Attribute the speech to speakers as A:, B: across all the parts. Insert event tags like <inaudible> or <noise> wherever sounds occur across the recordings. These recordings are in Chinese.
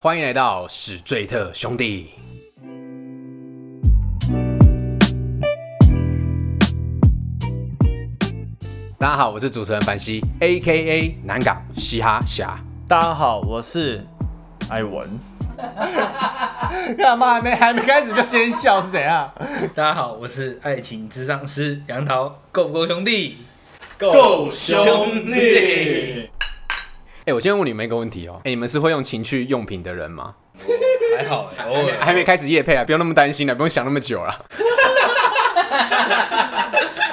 A: 欢迎来到史最特兄弟。大家好，我是主持人凡西，A K A 南港嘻哈侠。
B: 大家好，我是艾文。 <laughs> 干嘛还没还没开始就先笑是谁啊？
C: 大家好，我是爱情智商师杨桃，够不够兄弟？
B: 够哦兄弟，
A: 哎、我先问你们一个问题哦、哎、你们是会用情趣用品的人吗？
C: 还好哎、偶尔
A: 还没开始夜配啊，不用那么担心了，不用想那么久啊了。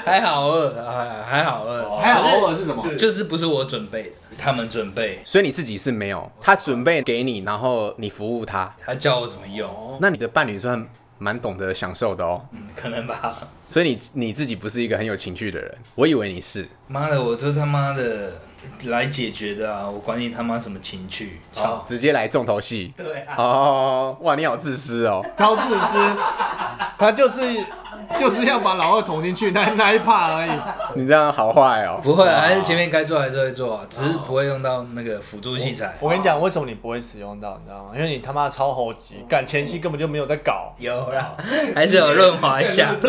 C: 还好偶尔还还好偶
B: <laughs>
C: 尔，
B: 还哦有偶尔是什么？
C: 就是不是我准备的，他们准备，
A: 所以你自己是没有，他准备给你，然后你服务他，
C: 他教我怎么用，
A: 那你的伴侣算蛮懂得享受的哦、
C: 嗯可能吧。
A: 所以你你自己不是一个很有情趣的人，我以为你是。
C: 妈的，我这他妈的来解决的啊！我管你他妈什么情趣，操！
A: 直接来重头戏。
C: 对啊，
A: 哦，哇，你好自私
C: <laughs>
A: 哦。
B: 超自私，他就是就是要把老二捅进去那那一趴而已。
A: 你这样好坏哦。
C: 不会啊，还是前面该做还是会做啊，只是不会用到那个辅助器材。
B: 我跟你讲，为什么你不会使用到，你知道吗？因为你他妈超猴急，干前期根本就没有在搞，
C: 有啦，还是有润滑一下，
B: <laughs>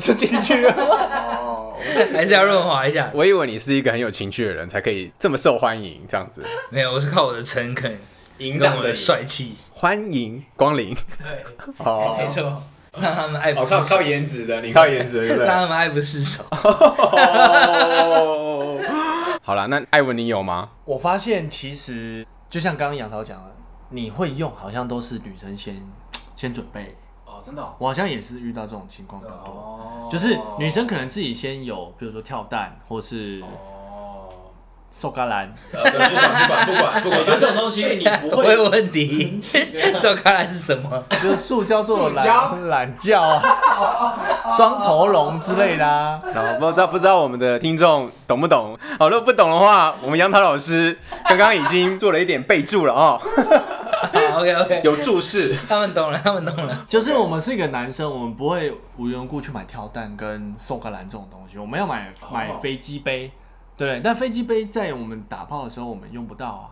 B: 就进去了。
C: 还是要润滑一下。
A: 我以为你是一个很有情趣的人才可以这么受欢迎，这样子。
C: 没有，我是靠我的诚恳
A: 淫
C: 跟我的帅气。
A: 欢迎光临。
C: 对，哎
A: 哦
C: 没，错，让他们爱不释手，
A: 颜值的，你靠颜值对不
C: 让 <laughs> 他们爱不释手。
A: 哦。好啦，那艾文你有吗？
B: 我发现其实就像刚刚杨桃讲的，你会用好像都是女生先先准备。
D: 哦，真的哦、
B: 我好像也是遇到这种情况比较多。
D: 哦
B: 就是女生可能自己先有，比如说跳蛋或是
D: 哦，
B: 瘦嘎篮，
D: 呃不管不管不管不管，
E: 我觉得这种东西你不
C: 我
E: 会，
C: 有问题，手卡篮是什么？
B: 就是塑胶做
D: <laughs>
B: 的
D: 塑胶哦
B: 懒懒觉
D: <laughs>
B: 啊，双头龙之类的啊。
A: 好，哦不知道不知道我们的听众懂不懂？好，如果不懂的话，我们杨桃老师刚刚已经做了一点备注了哦，
C: 好，OK OK，
A: 有注释。
C: 他们懂了，他们懂了。
B: 就是我们是一个男生，我们不会无缘无故去买跳蛋跟瘦嘎篮这种东西，我们要买买飞机杯，对不对？但飞机杯在我们打炮的时候我们用不到啊。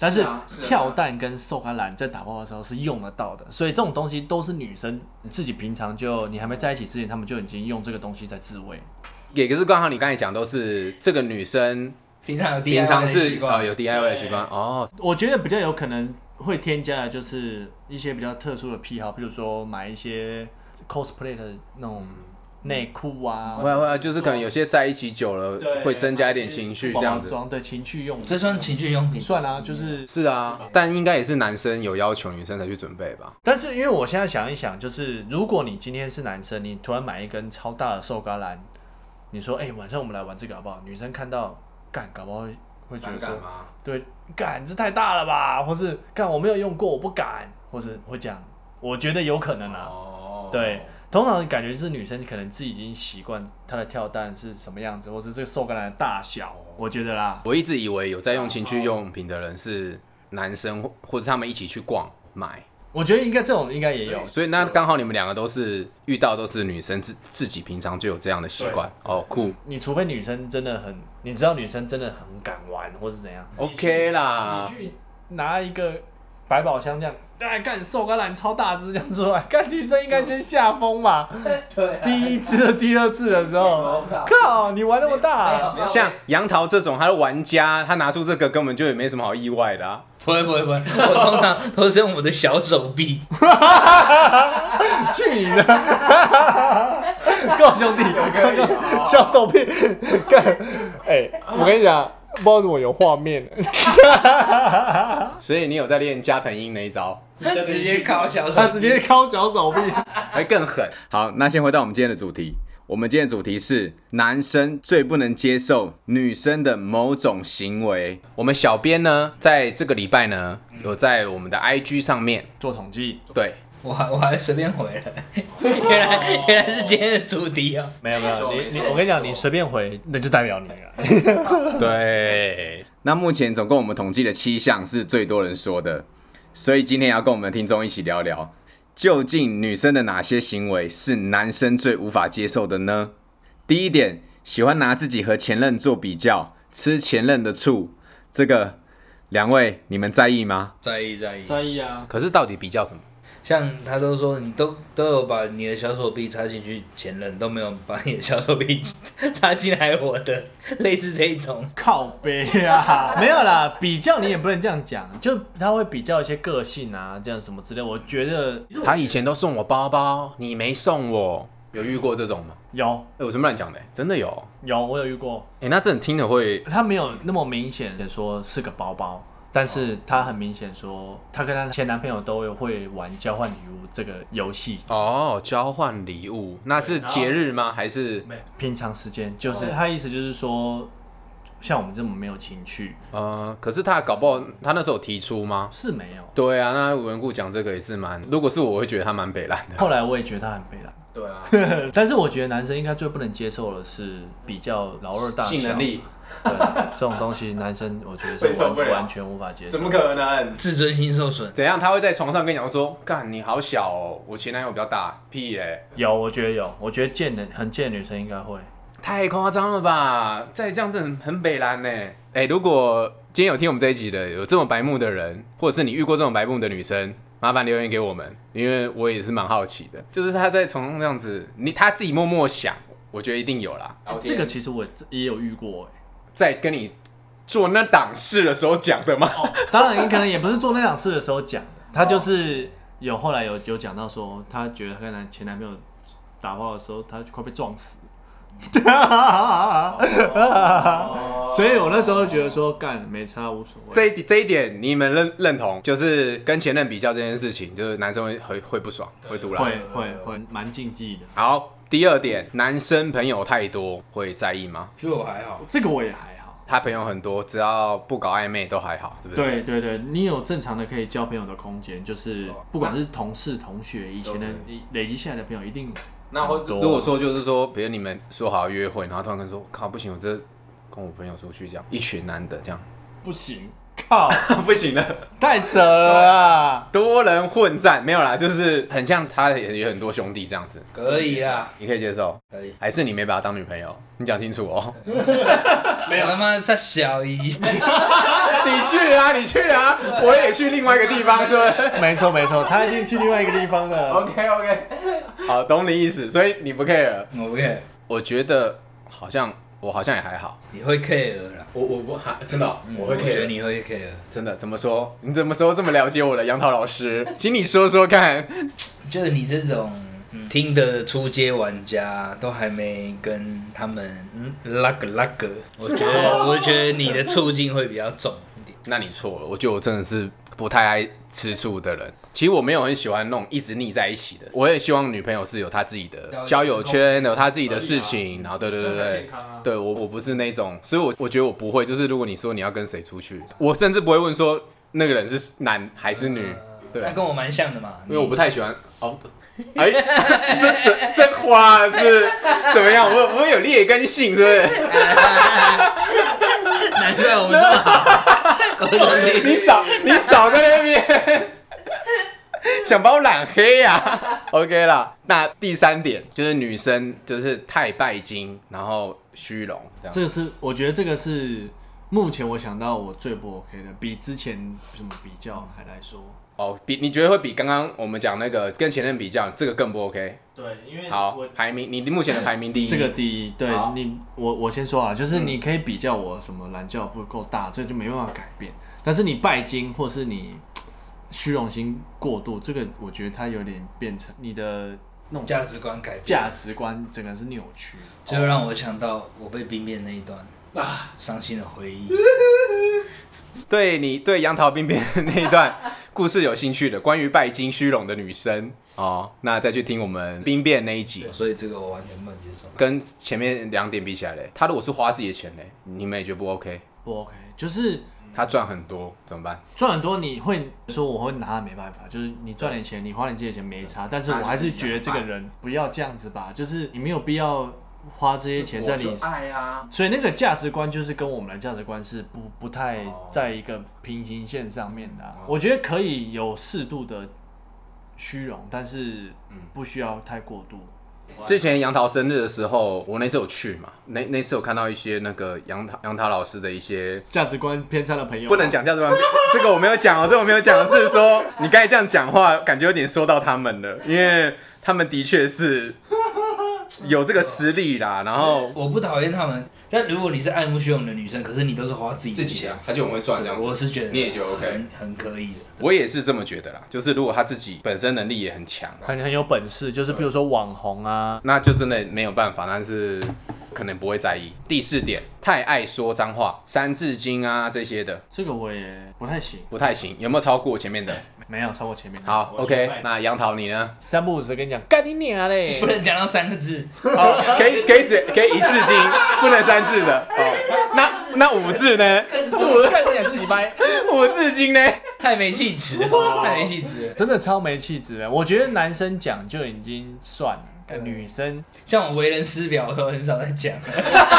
B: 但
D: 是
B: 是
D: 啊是啊
B: 跳蛋跟瘦甘蓝在打炮的时候是用得到的，所以这种东西都是女生自己平常就你还没在一起之前，他们就已经用这个东西在自慰。
A: 也就是刚好你刚才讲都是这个女生
C: 平常有 DIY
A: 平常
C: 的
A: 是
C: 习
A: 呃
C: 惯
A: 有 DIY 的习惯哦，
B: 我觉得比较有可能会添加的就是一些比较特殊的癖好，比如说买一些 cosplay 的那种内裤啊、
A: 会啊会啊，就是可能有些在一起久了
E: 对
A: 会增加一点情绪这
B: 化
A: 样子。
B: 妆对情趣用品，
C: 这算情趣用品。
B: 算啊，就是。
A: 是啊，但应该也是男生有要求女生才去准备吧？
B: 但是因为我现在想一想，就是如果你今天是男生，你突然买一根超大的瘦嘎篮，你说哎、晚上我们来玩这个好不好？女生看到干，搞不好会会觉得说
D: 吗？
B: 对，干这太大了吧，或是干我没有用过，我不敢，或是会讲，我觉得有可能啊。
D: 哦，
B: 对，通常感觉是女生可能自己已经习惯她的跳蛋是什么样子，或是这个瘦橄榄的大小，我觉得啦。
A: 我一直以为有在用情趣用品的人是男生或或者他们一起去逛买，
B: 我觉得应该这种应该也有，
A: 所以那刚好你们两个都是遇到都是女生自自己平常就有这样的习惯哦，酷
B: 你除非女生真的很，你知道女生真的很敢玩，或是怎样，
A: ，OK 啦
B: 你。去拿一个百宝箱这样，哎干瘦橄榄超大只这样出来，干女生应该先吓疯吧？
C: 对啊，
B: 第一次、第二次的时
D: <laughs>
B: 候，靠，你玩那么大、啊
A: 像杨桃这种他的玩家，他拿出这个根本就也没什么好意外的啊。
C: 不会不会不会，我通常都是用我的小手臂。
B: <laughs> 去你的！够兄弟，够兄弟，小手臂，干！哎、我跟你讲，不知道怎么有画面，
A: 所以你有在练加藤鹰那一招，
C: 直接靠小手，
B: 他直接敲小手臂。
A: 还更狠。好，那先回到我们今天的主题。我们今天的主题是男生最不能接受女生的某种行为。我们小编呢，在这个礼拜呢，有在我们的 IG 上面，
B: 做统计
A: 对，
C: 我还我还随便回了，原来原来是今天的主题啊！
B: 没有没
D: 没
B: 有，
D: 错
B: 你
D: 没
B: 你
D: 错
B: 我跟你讲，你随便回，那就代表你
F: <laughs>
B: 了。
A: 对，
F: 那目前总共我们统计的七项是最多人说的，所以今天也要跟我们的听众一起聊聊，究竟女生的哪些行为是男生最无法接受的呢？第一点，喜欢拿自己和前任做比较，吃前任的醋，这个两位，你们在意吗？
C: 在意在意。
B: 在意啊，
A: 可是到底比较什么？
C: 像他都说你都都有把你的小手臂插进去前任，都没有把你的小手臂插进来我的，类似这一种。
B: 靠背啊， <laughs> 没有啦，比较你也不能这样讲，就他会比较一些个性啊，这样什么之类。我觉得
A: 他以前都送我包包，你没送我，有遇过这种吗？
B: 有
A: 哎、我随便乱讲的、真的有。
B: 有，我有遇过，
A: 哎、那这种听了会
B: 他没有那么明显的说是个包包，但是他很明显说，他跟他前男朋友都有会玩交换礼物这个游戏。
A: 哦，交换礼物，那是节日吗？还是
B: 平常时间就是他意思就是说，像我们这么没有情趣
A: 呃？可是他搞不好他那时候有提出吗？
B: 是没有。
A: 对啊，那文顾讲这个也是蛮，如果是我我会觉得他蛮北烂的。
B: 后来我也觉得他很悲惨。
D: 对啊，
B: <laughs> 但是我觉得男生应该最不能接受的是比较老二大小
A: 性能力
B: 对这种东西，男生我觉得
D: 会
B: 是
D: 受
B: 完
D: 不了
B: 完全无法接受。
D: 怎么可能？
C: 自尊心受损，
A: 怎样？他会在床上跟你讲说，干你好小哦，我前男友比较大，屁嘞、
B: 有？我觉得有，我觉得贱的很贱的女生应该会。
A: 太夸张了吧！再这样子很很北蓝呢。哎、如果今天有听我们这一集的，有这种白目的人，或者是你遇过这种白目的女生，麻烦留言给我们，因为我也是蛮好奇的。就是她在床上这样子，你她自己默默想，我觉得一定有啦。
D: 聊天
B: 这个其实我也有遇过、欸
A: 在跟你做那档事的时候讲的吗？
B: 当然，你可能也不是做那档事的时候讲的，他就是有后来有有讲到说，她觉得她跟男前男朋友打炮的时候，她快被撞死。 <laughs> 所以我那时候就觉得说，干没差无所
A: <laughs>
B: 谓。
A: 这一这一点你们认认同，就是跟前任比较这件事情，就是男生会会会不爽，会堵啦。
B: 会会会蛮禁忌的，
A: 好，第二点，男生朋友太多会在意吗？
C: 其实我还好。
B: 这个我也还好。
A: 他朋友很多，只要不搞暧昧都还好，是不是？
B: 对啊对对，你有正常的可以交朋友的空间，就是不管是同事、同学，以前的
D: 都
B: 累积下来的朋友，一定
D: 那会
B: 很多
A: 如果说就是说，比如你们说好要约会，然后突然跟说靠不行，我这跟我朋友出去这样，一群男的这样，
B: 不行，靠，
A: <laughs> 不行了，
B: 太扯了啊啦！
A: 多人混战没有啦，就是很像他也也很多兄弟这样子，
C: 可以啊，
A: 你可以接受，
C: 可以。
A: 还是你没把他当女朋友？你讲清楚哦，
C: 没有他妈在小 <laughs> 姨，
A: <laughs> 你去啊，你去啊， <laughs> 我也去另外一个地方，是不是？
B: 没错没错，他一定去另外一个地方 <laughs> 了。
D: OK OK，
A: <laughs> 好，懂你意思，所以你不 care，
C: 我不 care，
A: 我觉得好像我好像也还好，
C: 你会 care 啦。
D: 我我不还真的哦，我会
C: 嗯觉得
D: care
C: 你会 care，
A: 真的怎么说？你怎么说这么了解我的杨桃老 <laughs> 师？请你说说看。
C: 就是你这种。嗯听的初阶玩家都还没跟他们嗯拉个拉个，我觉 <laughs> 得我觉得你的处境会比较重一点。
A: 那你错了，我觉得我真的是不太爱吃醋的人。其实我没有很喜欢那种一直腻在一起的，我也希望女朋友是有她自己的交友圈，有她自己的事情，然后对对对对。对我我不是那种，所以我我觉得我不会，就是如果你说你要跟谁出去，我甚至不会问说那个人是男还是女，对
C: 那，跟我蛮像的嘛，
A: 因为我
C: <laughs>
A: 不太喜欢哦。哎，这这这花是怎么样？我我有劣根性，是不是？
C: 难怪我们这么好。 <laughs> 狗东西
A: 你少你少在那边， <laughs> 想把我染黑呀、OK 啦，那第三点就是女生就是太拜金，然后虚荣这样。
B: 这个是我觉得这个是目前我想到我最不 OK 的，比之前什么比较还来说。
A: 哦，比你觉得会比刚刚我们讲那个跟前任比较，这个更不 OK？
B: 对，因为
A: 好，排名你目前的排名第一。
B: 这个第一，对
A: 好
B: 你我我先说啊，就是你可以比较我什么懒觉不够大，这就没办法改变。但是你拜金或是你虚荣心过度，这个我觉得它有点变成你的那种
C: 价值观改变，
B: 价值观整个是扭曲。
C: 这就让我想到我被兵变那一段伤心的回忆。
A: 对你对杨桃冰冰的那一段故事有兴趣的，关于拜金虚荣的女
B: <laughs>
A: 生哦，那再去听我们冰变那一集。
C: 所以这个我完全不能接受。
A: 跟前面两点比起来嘞，他如果是花自己的钱嘞，你们也觉得不 OK？
B: 不 OK，就是
A: 他赚很多怎么办？
B: 赚很多，你会说我会拿没办法，就是你赚点钱，你花点自己的钱没差，但是我还是觉得这个人不要这样子吧，就是你没有必要花这些钱在你
D: 我就，爱啊，
B: 所以那个价值观就是跟我们的价值观是不不太
A: 哦
B: 在一个平行线上面的啊、我觉得可
A: 嗯
B: 以有适度的虚荣，但是不需要太过度。
A: 之前杨桃生日的时候，我那次有去嘛，那那次有看到一些那个杨桃杨桃老师的一些。
B: 价值观偏差的朋友啊
A: 不能，讲价值观， <laughs> 这个我没有讲哦，这个我没有讲，是说你刚才这样讲话，感觉有点说到他们了，因为他们的确
D: <laughs>
A: 是有这个实力啦，然后
C: 我不讨厌他们，但如果你是爱慕虚荣的女生，可是你都是花自己的
D: 自己
C: 钱
D: 啊，，他就很会赚这样子。
C: 我是觉得
D: 你也觉得 OK？
C: 很很可以的。
A: 我也是这么觉得啦，就是如果他自己本身能力也很强，
B: 很很有本事，就是比如说网红啊，
A: 那就真的没有办法，但是可能不会在意。第四点，太爱说脏话，《三字经啊》这些的
B: 这个我也不太行，
A: 不太行，有没有超过前面的？
B: 没有超过前面的。
A: 好
B: 我
A: ，OK，那杨桃你
B: <laughs>
A: 呢？
B: 三不五时跟你讲，干你娘
A: <laughs>
B: 嘞
C: 不！能讲到三个字，
A: 哦，可以可以只可以一字经，不能三字的。哦，那那五字呢？
B: 干你娘自己掰，
A: 五字经呢？
C: 太没气质了，太没气质了。
B: 真的超没气质的。我觉得男生讲就已经算了，
A: 嗯
B: 但女生
C: 像我为人师表，我都很少在讲。
D: <laughs>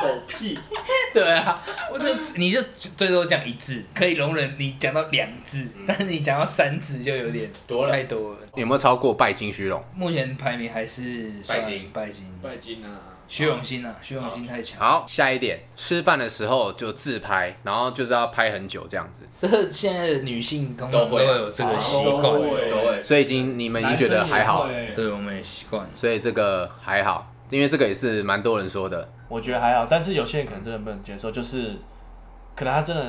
D: 狗屁！
C: <laughs> 对啊，我这你就最多讲一字，可以容忍你讲到两字，但是你讲到三字就有点
D: 嗯多了
C: 太多了。
A: 有没有超过拜金虚荣？
C: 目前排名还是算
D: 拜金
C: 拜金，
B: 拜金啊，
C: 虚荣心啊，虚荣心太强。
A: 好，下一点，吃饭的时候就自拍，然后就是要拍很久这样子，
C: 这现在的女性通常
D: 都会啊
C: 有这个习
B: 都
C: 惯，
B: 会
D: 都会。
A: 所以已经你们已经觉得还好，
C: 对，我们也习惯。
A: 所以这个还好，因为这个也是蛮多人说的。
B: 我觉得还好，但是有些人可能真的不能接受，就是可能他真的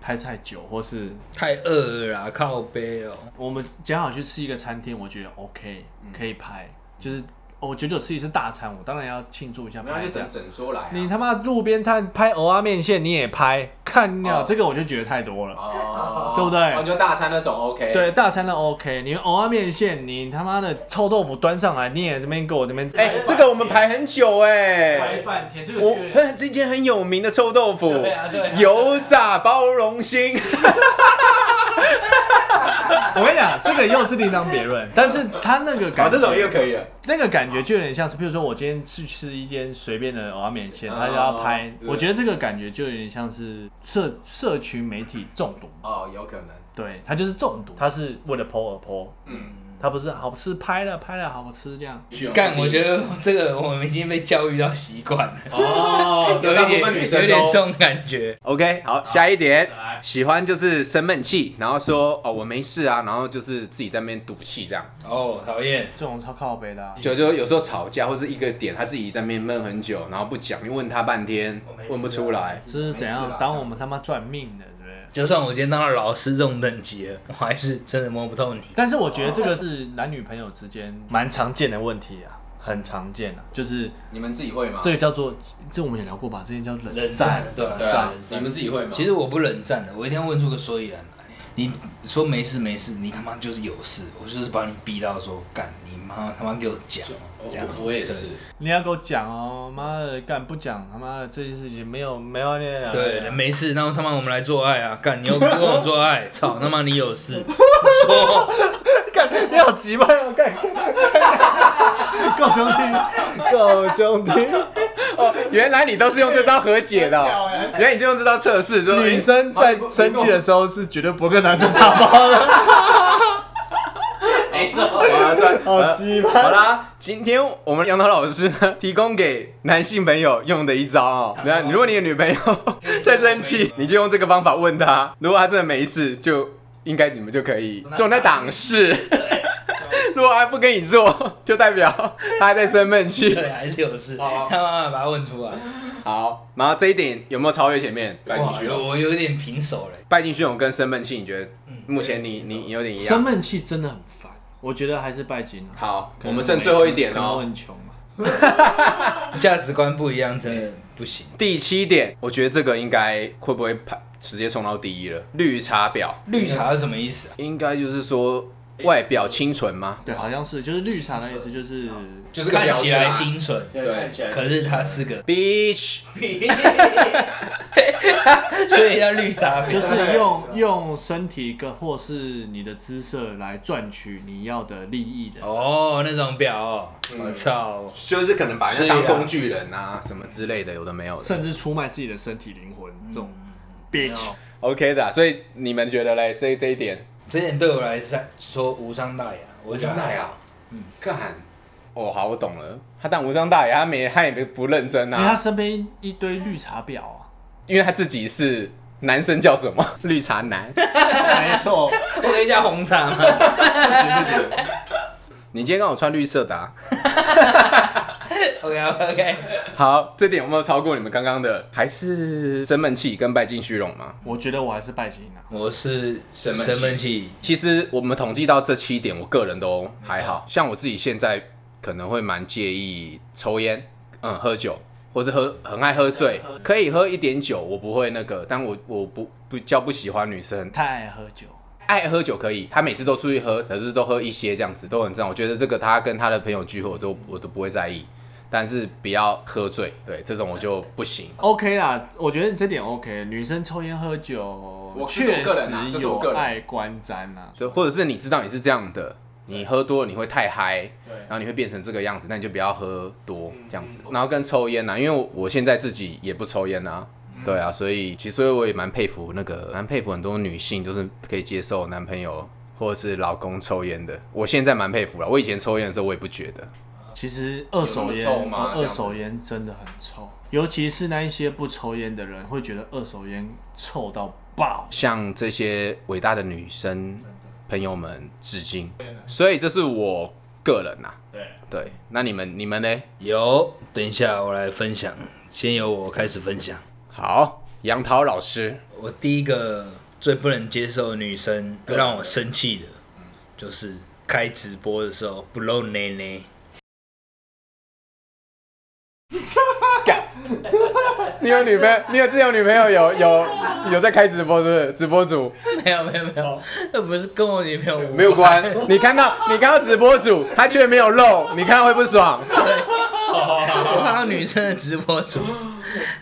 B: 拍太久，或是
C: 太饿了啦，靠背哦、
B: 我们讲好去吃一个餐厅，我觉得 OK，可
D: 嗯
B: 以拍，就是哦我九九吃一次大餐，我当然要庆祝一下，
D: 那
B: 拍
D: 就
B: 一下
D: 等。整桌来啊。
B: 你他妈路边摊拍蚵仔面线你也拍，看尿、
D: 哦
B: 这个我就觉得太多了。
D: 哦，
B: 对不对
D: 哦你就大餐那种 OK。
B: 对，大餐都 OK，你蚵仔面线，你他妈的臭豆腐端上来，你也这边给我这边
A: 哎、这个我们排很久哎、
B: 半天，这
A: 我很之前很有名的臭豆腐，
B: 对啊
A: 油炸包容心，
B: 我跟你讲，这个又是另当别论，但是他那个
D: 哦
B: 感觉，
A: 可以了。
B: 那个感觉就有点像是，譬如说我今天去吃一间随便的蚵仔面线，他就要拍，
D: 对
B: 我觉得这个感觉就有点像是社社群媒体中毒，
D: 哦，有可能。
B: 对他就是中毒，他是为了 PO 而 PO，
D: 嗯，
B: 他不是好吃拍了拍了好吃这样，
C: 干，我觉得这个我们已经被教育到习惯了，<laughs>
D: 哦，
C: 有
D: 有
C: 一
D: 大部
C: 点
D: 分女生
C: 有一点这
D: 都
C: 种感觉。
A: OK，好，下一点，喜欢就是生闷气，然后说哦我没事啊，然后就是自己在那边赌气这样，
C: 哦，讨厌，
B: 这种超靠北的、
D: 嗯
B: 啊。
A: 就就有时候吵架或是一个点，他自己在那边闷很久，然后不讲，你问他半天
D: 啊
A: 问不出来，
B: 这是怎
D: 没事
B: 样
D: 啦
B: 当我们他妈赚命的，对不对？
C: 就算我今天当了老师这种等级了，我还是真的摸不透你。
B: 但是我觉得这个是男女朋友之间蛮常见的问题啊，很常见啊，就是
D: 你们自己会吗？
B: 这个叫做，这我们也聊过吧，这个叫冷
C: 冷战，对啊
D: 对啊
C: 冷，
D: 你
C: 战
D: 们自己会吗？
C: 其实我不冷战的，我一定要问出个所以然来。你说没事没事，你他妈就是有事，我就是把你逼到说干你妈他妈给我讲哦
D: 我
C: 这样。
D: 我也是，
B: 你要给我讲哦，妈的，干不讲，他妈的这件事情没有没有那
C: <laughs>
D: 哎
C: 对，没事，那他妈我们来做爱啊！ <laughs> 干，你又不跟我做
D: <laughs>
C: 爱，操他妈你有事， <laughs> 说
B: <laughs> 干，你好急吧？要干，够兄弟，够兄弟，
A: 哦，原来你都是用这招和解的哦，
D: 啊
A: 原来你就用这招测试，说
B: 女生在生气的时候是绝对不会跟男生打包的，
C: 哎
A: 没错，哇这呃
B: <laughs> 好鸡巴
A: 好啦，今天我们杨涛老师呢， <laughs> 提供给男性朋友用的一招哦。那如果你的女朋友 <laughs> 在生气，你就用这个方法问她。如果她真的没事，就应该你们就可以这种在挡事。
D: <laughs>
A: <laughs> 如果她不跟你做， <laughs> 就代表她还在生闷气。
C: 对，还是有事，
D: 好啊
C: 他妈把他问出来。
A: 好，然后这一点有没有超越前面？
D: 拜
C: 哇
D: 你去，
C: 我有点平手嘞。
A: 拜金虚荣跟生闷气，你觉得目前你你你有点一
B: 生
A: 样？
B: 闷气真的很烦，我觉得还是拜金啊。
A: 好，我们剩最后一点
B: 可能
A: 哦。
B: 我很穷啊。
C: 价值观不一样，真的不行。
A: 第七点，我觉得这个应该会不会排直接冲到第一了？绿茶婊。
C: 绿茶是什么意思啊？
A: 应该就是说外表清纯吗？
B: 对，好像是，就是绿茶的意思，就是
D: 就是个
C: 看
D: 婊
C: 起
D: 子
C: 来
D: 啊。
C: 清纯，
D: 对，
C: 可是他是个， <laughs>
A: Bitch，
C: 所以叫绿茶婊。
B: 就是用用身体跟或是你的姿色来赚取你要的利益的。
C: 哦，那种婊哦，
D: 嗯
C: 我操！
A: 就是可能把人
C: 是
A: 家
C: 啊
A: 当工具人啊，什么之类的，有的没有的。
B: 甚至出卖自己的身体灵魂
D: 嗯
B: 这种 bitch，
A: OK 的啊、所以你们觉得嘞，这这一点，
C: 这点对我来说无伤大雅，我
D: 我
C: 觉
D: 真
C: 得
D: 的
C: 还
D: 呀
C: 好。，
D: 嗯，干，
A: 哦，好，我懂了。他当无伤大雅，他没他也没不认真
B: 因为他
A: 啊，
B: 身边一堆绿茶婊啊，
A: 因为他自己是男生叫什么 <laughs> 绿茶男。
B: 没错，
C: 我跟你讲红茶
D: <laughs>
C: 嘛，
B: 不行不行，
A: 你今天刚好穿绿色的、啊，
C: OK OK，
A: 好，这点有没有超过你们刚刚的？还是生闷气跟拜金虚荣吗？
B: 我觉得我还是拜金啊。
C: 我是
D: 神门气
C: 神门气，
A: 其实我们统计到这七点，我个人都还好像我自己现在可能会蛮介意抽烟，嗯，喝酒，或者喝很爱喝醉，可以喝一点酒，我不会那个，但我我不不较不喜欢女生
B: 太爱喝酒，
A: 爱喝酒可以，她每次都出去喝，可是都喝一些这样子，都很正常。我觉得这个她跟她的朋友聚会，我都我都不会在意，但是不要喝醉，对这种我就不行。
B: OK 啦，我觉得你这点 OK。女生抽烟喝酒
D: 我，这是
B: 确
D: 我个人啊
B: 实
D: 这是
B: 有
D: 我个人
B: 碍观瞻啊呐、
A: 就或者是你知道你是这样的，你喝多了你会太嗨，然后你会变成这个样子，那你就不要喝多这样子。然后跟抽烟啊，因为我我现在自己也不抽烟啊，对啊，所以其实所以我也蛮佩服那个，蛮佩服很多女性就是可以接受男朋友。或者是老公抽烟的，我现在蛮佩服了。我以前抽烟的时候，我也不觉得。
B: 其实二手烟，
D: 有那么臭吗
B: 哦二
D: 这样子
B: 手烟真的很臭，尤其是那一些不抽烟的人会觉得二手烟臭到爆。
A: 向这些伟大的女生朋友们致敬。所以这是我个人呐、啊。
D: 对
A: 对，那你们你们呢？
C: 有，等一下我来分享，先由我开始分享。
A: 好，杨桃老师，
C: 我第一个最不能接受的女生，最让我生气的，就是开直播的时候不露内内。
A: 你有女朋友？你有自由女朋友有有有在开直播是不是？直播主
C: <laughs> 没有没有没有，那不是跟我女朋友无
A: 没有关，你看到你看到直播主他却没有露，你看会不 <laughs> 爽。
C: 我看到女生的直播主，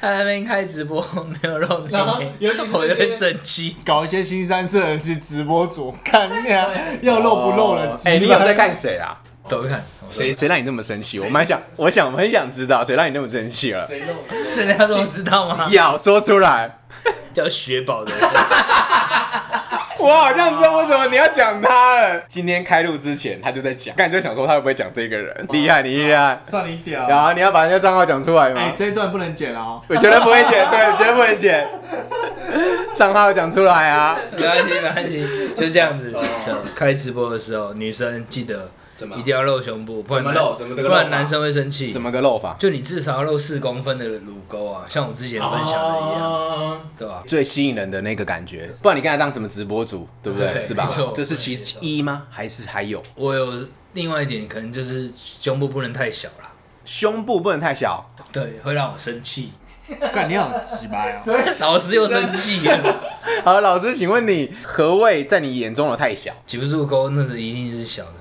C: 她在那边开直播没有露内
D: 然后
C: 内，
D: 尤其是
C: 我就
D: 那些
C: 会生气。
B: 搞一些新三色人是直播主，看那样要露不露了。
A: 哎、你有在看谁啊？
C: 都会看， <laughs> 我说
A: 谁谁让你那么生气？我蛮想，我想很想知道谁让你那么生气了。
C: 真的要这么知道吗？
A: 要说出来，
C: 叫雪宝的，
A: 我好像知道为什么你要讲他了。今天开录之前他就在讲，感就想说他会不会讲这个人，厉害你厉害。
B: 算你屌！
A: 然后你要把人家账号讲出来吗？
B: 哎、这一段不能剪
A: <laughs>
B: 哦。
A: 我绝对不会剪，对，绝对不会 <laughs> 剪。账号讲出来啊！
C: <laughs> 没关系没关系，就这样子。开直播的时候，女生记得
D: 哦怎么
C: 一定要露胸部，不然
D: 怎么
C: 男
D: 露怎么这
C: 不
D: 个露法
C: 然男生会生气。
A: 怎么个漏法？
C: 就你至少要露四公分的乳沟啊，像我之前分享的一样，
D: 样？
C: 对吧、
A: 最吸引人的那个感觉，不然你刚才当什么直播主，对不对？
C: 对
A: 是吧
C: 没错？
A: 这是其一吗？还是还有
C: 我有另外一点，可能就是胸部不能太小啦，
A: 胸部不能太小？
C: 对，会让我生气， <laughs>
B: 干你好鸡巴啊！
C: 老师又生气
D: <laughs>
C: 了，
A: 好，老师，请问你何谓在你眼中的太小？
C: 挤不住沟，那是一定是小的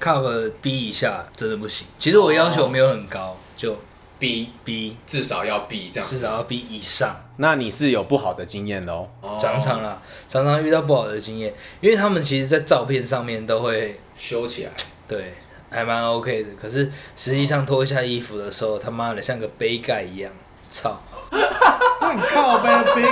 C: ，cup B 以下真的不行。其实我要求没有很高，就 B B
D: 至少要 B 这样
C: 至少要 B 以上。
A: 那你是有不好的经验喽？
C: 常常啦，常常遇到不好的经验，因为他们其实，在照片上面都会
D: 修起来，
C: 对，还蛮 OK 的。可是实际上脱下衣服的时候，他妈的像个杯盖一样，操！
B: 这很靠背杯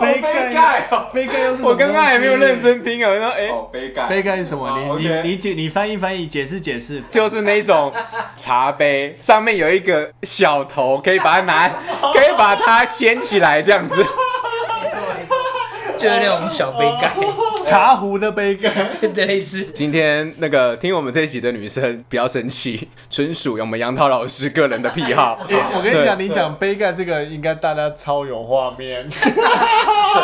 B: 杯
A: 杯哦盖哦
B: 盖，杯盖又是什么
A: 我刚刚也没有
B: 东西
A: 认真听啊，我说哎。
D: 哦，杯盖，
B: 杯盖是什么？
D: 哦
B: 你你
D: OK
B: 你解你翻译翻译，解释解释。
A: 就是那种茶杯，上面有一个小头，可以把它拿，可以把它掀起来这样子。
C: 就是那种小杯盖， <laughs>
B: 茶壶的杯
A: <laughs>
B: 盖，
A: 哦
C: 类似。
A: 今天那个听我们这一集的女生不要生气，纯属我们杨涛老师个人的癖
B: <laughs>
A: 好。
B: 哎我跟你讲，
A: 对
B: 你讲杯盖这个，应该大家超有画面。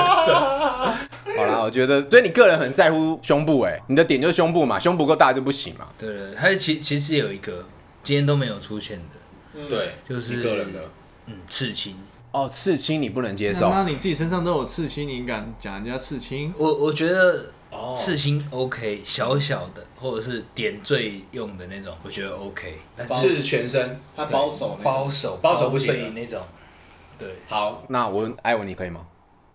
A: 好啦，我觉得，所以你个人很在乎胸部、哎，你的点就是胸部嘛，胸不够大就不行嘛。
C: 对对，还有其其实有一个今天都没有出现的，
D: 对，
C: 就是
D: 你个人的，
C: 嗯，刺青。
A: 哦，刺青你不能接受
B: 那，你自己身上都有刺青，你敢讲人家刺青？
C: 我我觉得
D: 哦
C: 刺青 OK，小小的或者是点缀用的那种，我觉得 OK。但是
D: 是全身，
B: 他手
C: 包手
D: 包手不行啊
C: 背那种，对，
D: 好，
A: 那我问艾文你可以吗？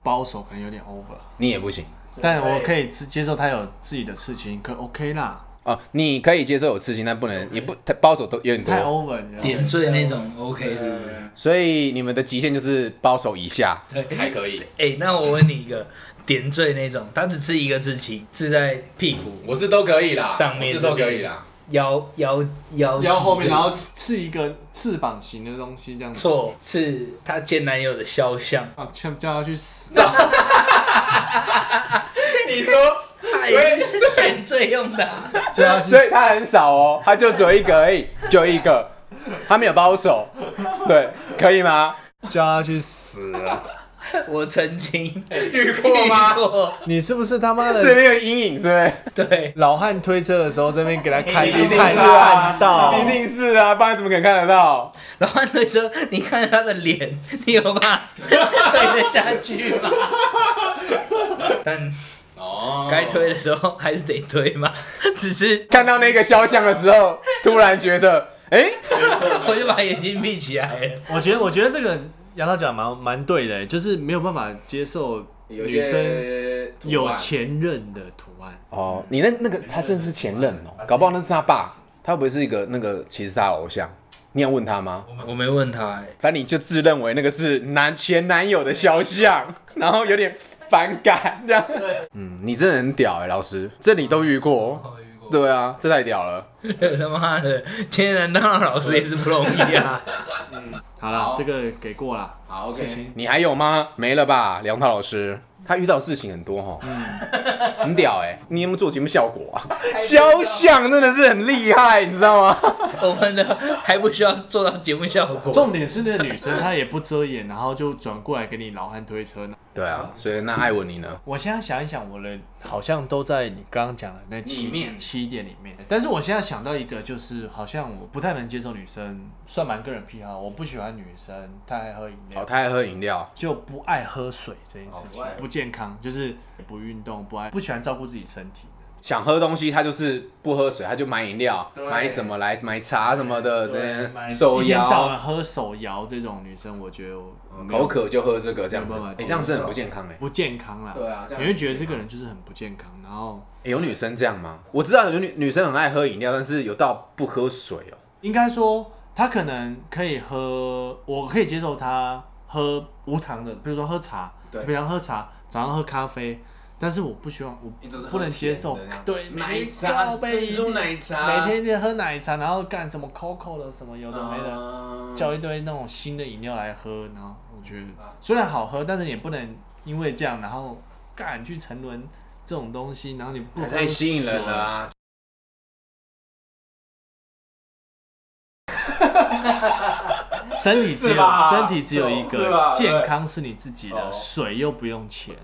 B: 包手可能有点 over，
A: 你也不行
B: 但我可以接接受他有自己的刺青，可 OK 啦，
A: 哦，你可以接受有刺青，但不能也不太包手都有点
B: 太
A: 多，
B: over 你知道吗
C: 点缀那种 OK 是不是？
A: 所以你们的极限就是包手以下。
D: 还可以。
C: 哎、那我问你一个，点缀那种，他只吃一个刺青，刺在屁股
D: 我是都可以啦，
C: 上面
D: 我是都可以啦。
C: 腰腰腰
B: 然后后面
C: 脊
B: 然后刺一个翅膀型的东西这样子，
C: 错是她前男友的肖像。
B: 啊，叫叫他去 <laughs> 死，
D: 你说
C: 犯罪哎用的啊、
B: 叫他去
A: 所以
B: 死，
A: 他很少哦，他就只有一个而已，就一个，他没有包手，对，可以吗？
B: 叫他去死啊！
C: 我曾经
D: 遇过
C: <laughs>
D: 吗？
C: 过，
B: <laughs> 你是不是他妈
A: 这
B: 的
A: 边有阴影是不是？
C: 对，
B: 老汉推车的时候这边给他看
C: 一定是
B: 看
A: 啊
B: 看到？
A: 一定是啊，不然怎么可能看得到？
C: 然后那时候你看他的脸，你有办法推得下去吗？但
D: 哦，
C: 该推的时候还是得推嘛，只是
A: 看到那个肖像的时候，突然觉得，哎、
C: 我就把眼睛闭起来了。
B: 我觉得我觉得这个杨导讲蛮蛮对的，就是没有办法接受
D: 有
B: 女生
D: 些图案
B: 有前任的图案。
A: 哦，你那那个他真的是前任哦，搞不好那是他爸，他不是一个那个其实他偶像，你要问他吗？
C: 我没问他、欸，
A: 反正你就自认为那个是男前男友的肖 <laughs> 像，然后有点反感这样。嗯，你真的很屌哎、老师，这你都遇过？对啊，这太屌了。
C: <laughs> 他妈的，天然当老师也是不容易
D: <laughs>
C: 啊。
B: 好了
D: 好，
B: 这个给过了。
D: 好
B: 事
D: OK，
B: 情
A: 你还有吗？没了吧，梁涛老师。他遇到事情很多哈， <laughs> 很屌哎、你有没有做节目效果啊？肖像真的是很厉害，你知道吗？
C: 我们的还不需要做到节目效果，
B: 重点是那个女生她也不遮掩，然后就转过来给你老汉推车呢。
A: 对啊，所以那艾文你呢？
B: 我现在想一想，我的好像都在你刚刚讲的那七
D: 里面
B: 七点里面。但是我现在想到一个，就是好像我不太能接受女生，算蛮个人癖好，我不喜欢女生太爱喝饮
A: 哦，
B: 料，
A: 他爱喝饮料，
B: 就不爱喝水这件事情
D: 哦，
B: 不健康，就是不运动，不爱不喜欢照顾自己身体。
A: 想喝东西，他就是不喝水，他就买饮料，买什么来买茶什么的，对，手
B: 一天到
A: 摇，哦
B: 晚喝手摇这种女生，我觉得我没有
A: 口渴就喝这个这样子，
B: 没有办法
A: 哎、这样真的很不健康哎、
B: 不健康啦。
D: 对啊这样
B: 你会觉得这个人就是很不健康，然后
A: 欸有女生这样吗？我知道有女女生很爱喝饮料，但是有到不喝水哦、
B: 应该说他可能可以喝，我可以接受他喝无糖的，比如说喝茶，
D: 对
B: 平常喝茶，早上喝咖啡，但是我不希望，
D: 你都是
B: 我
D: 喝
B: 不能接受
D: 甜的这，样
B: 对，
D: 奶
B: 每
D: 茶
B: 一杯
D: 珍珠奶茶，
B: 每天天喝奶茶，然后干什么 COCO 的什么有的没的。
D: 嗯
B: 叫一堆那种新的饮料来喝，然后我觉得虽然好喝，但是你也不能因为这样，然后干去沉沦这种东西，然后你不喝
A: 太吸引人
B: 水
A: 了啊！
B: 身体只
D: 是
B: 有
D: 吧
B: 身体只有一
D: 是
B: 个
D: 吧，
B: 健康是你自己的，
D: 哦
B: 水又不用钱。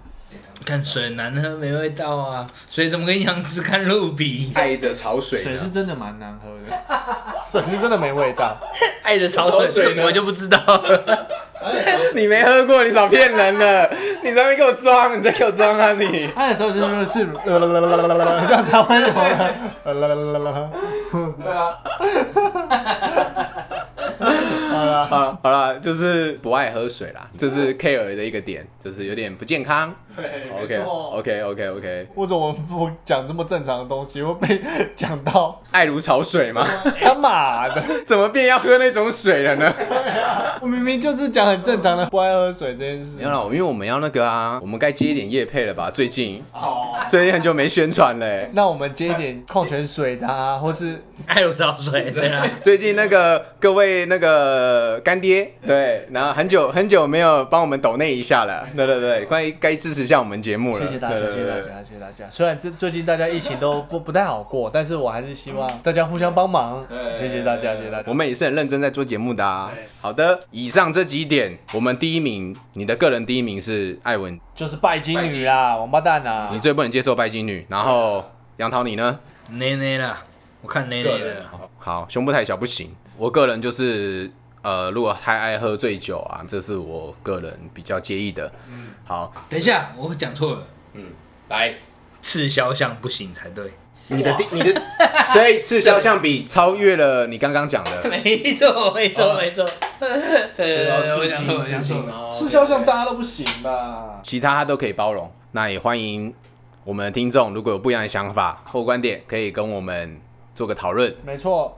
C: 看水很难喝没味道啊，水怎么跟杨枝甘露比？
A: 爱的潮水
B: 啊
A: 啊
B: 水
A: 呢
B: 是真的蛮难喝的， <laughs> 水是真的没味道。
C: 爱的潮
D: 潮水
C: 水
D: 呢
C: 我就不知道
D: <laughs>
C: 了。
A: 你没喝过，你少骗人了！你在那边给我装，你在给我装啊你！
B: 它有时候就是 <laughs> 是这样才温柔的。啊 <laughs>
A: 好了好了，就是不爱喝水啦，这是 care 的一个点，就是有点不健康。OK OK OK OK，
B: 为什么我讲这么正常的东西，会被讲到
A: 爱如潮水吗？
B: 他妈的？
A: 怎么变要喝那种水了呢？
B: <laughs> 我明明就是讲很正常的不爱喝水这件
A: 没
B: 事
A: 有。啦，因为我们要那个啊，我们该接一点夜配了吧？最近，最近很久没宣传欸嘞、
B: 那我们接一点矿泉水的、啊，或是
C: 爱如潮水，对
D: <laughs>
C: 啊。
A: 最近那个各位那个干爹，对，然后很久很久没有帮我们抖内一下了，对对对，关于该支持一下我们节目了，
B: 谢谢大家，
A: 对
B: 谢谢大。
A: 对对
B: 家，谢谢大家。虽然这最近大家疫情都不不太好过，但是我还是希望大家互相帮忙。谢谢大家，谢谢大家。
A: 我们也是很认真在做节目的啊。好的，以上这几点，我们第一名，你的个人第一名是艾文，
B: 就是拜金女啦，王八蛋啊啦
A: 你。最不能接受拜金女，然后杨桃你呢？
C: 奶奶啦，我看奶奶
D: 个人
C: 的。
A: 好，胸部太小不行。我个人就是，呃，如果太爱喝醉酒啊，这是我个人比较介意的。
B: 嗯
A: 好，
C: 等一下，我讲错了，
D: 嗯来，
C: 刺肖像不行才对。
A: 你的第你的，所以赤肖像比超越了你刚刚讲的。
C: 没错，没错，没错。
D: 这个要
C: 对，我
D: 刺
C: 讲错，
D: 青
C: 我讲错
D: 刺青
C: 了。
D: 哦，
B: 促销上大家都不行吧？
A: 其他他都可以包容。那也欢迎我们的听众，如果有不一样的想法或观点，可以跟我们做个讨论。
B: 没错，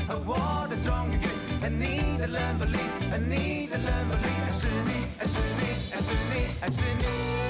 G: 我的终于，你的冷不吝，你的冷不吝，爱是你，爱是你，爱是你，爱是你。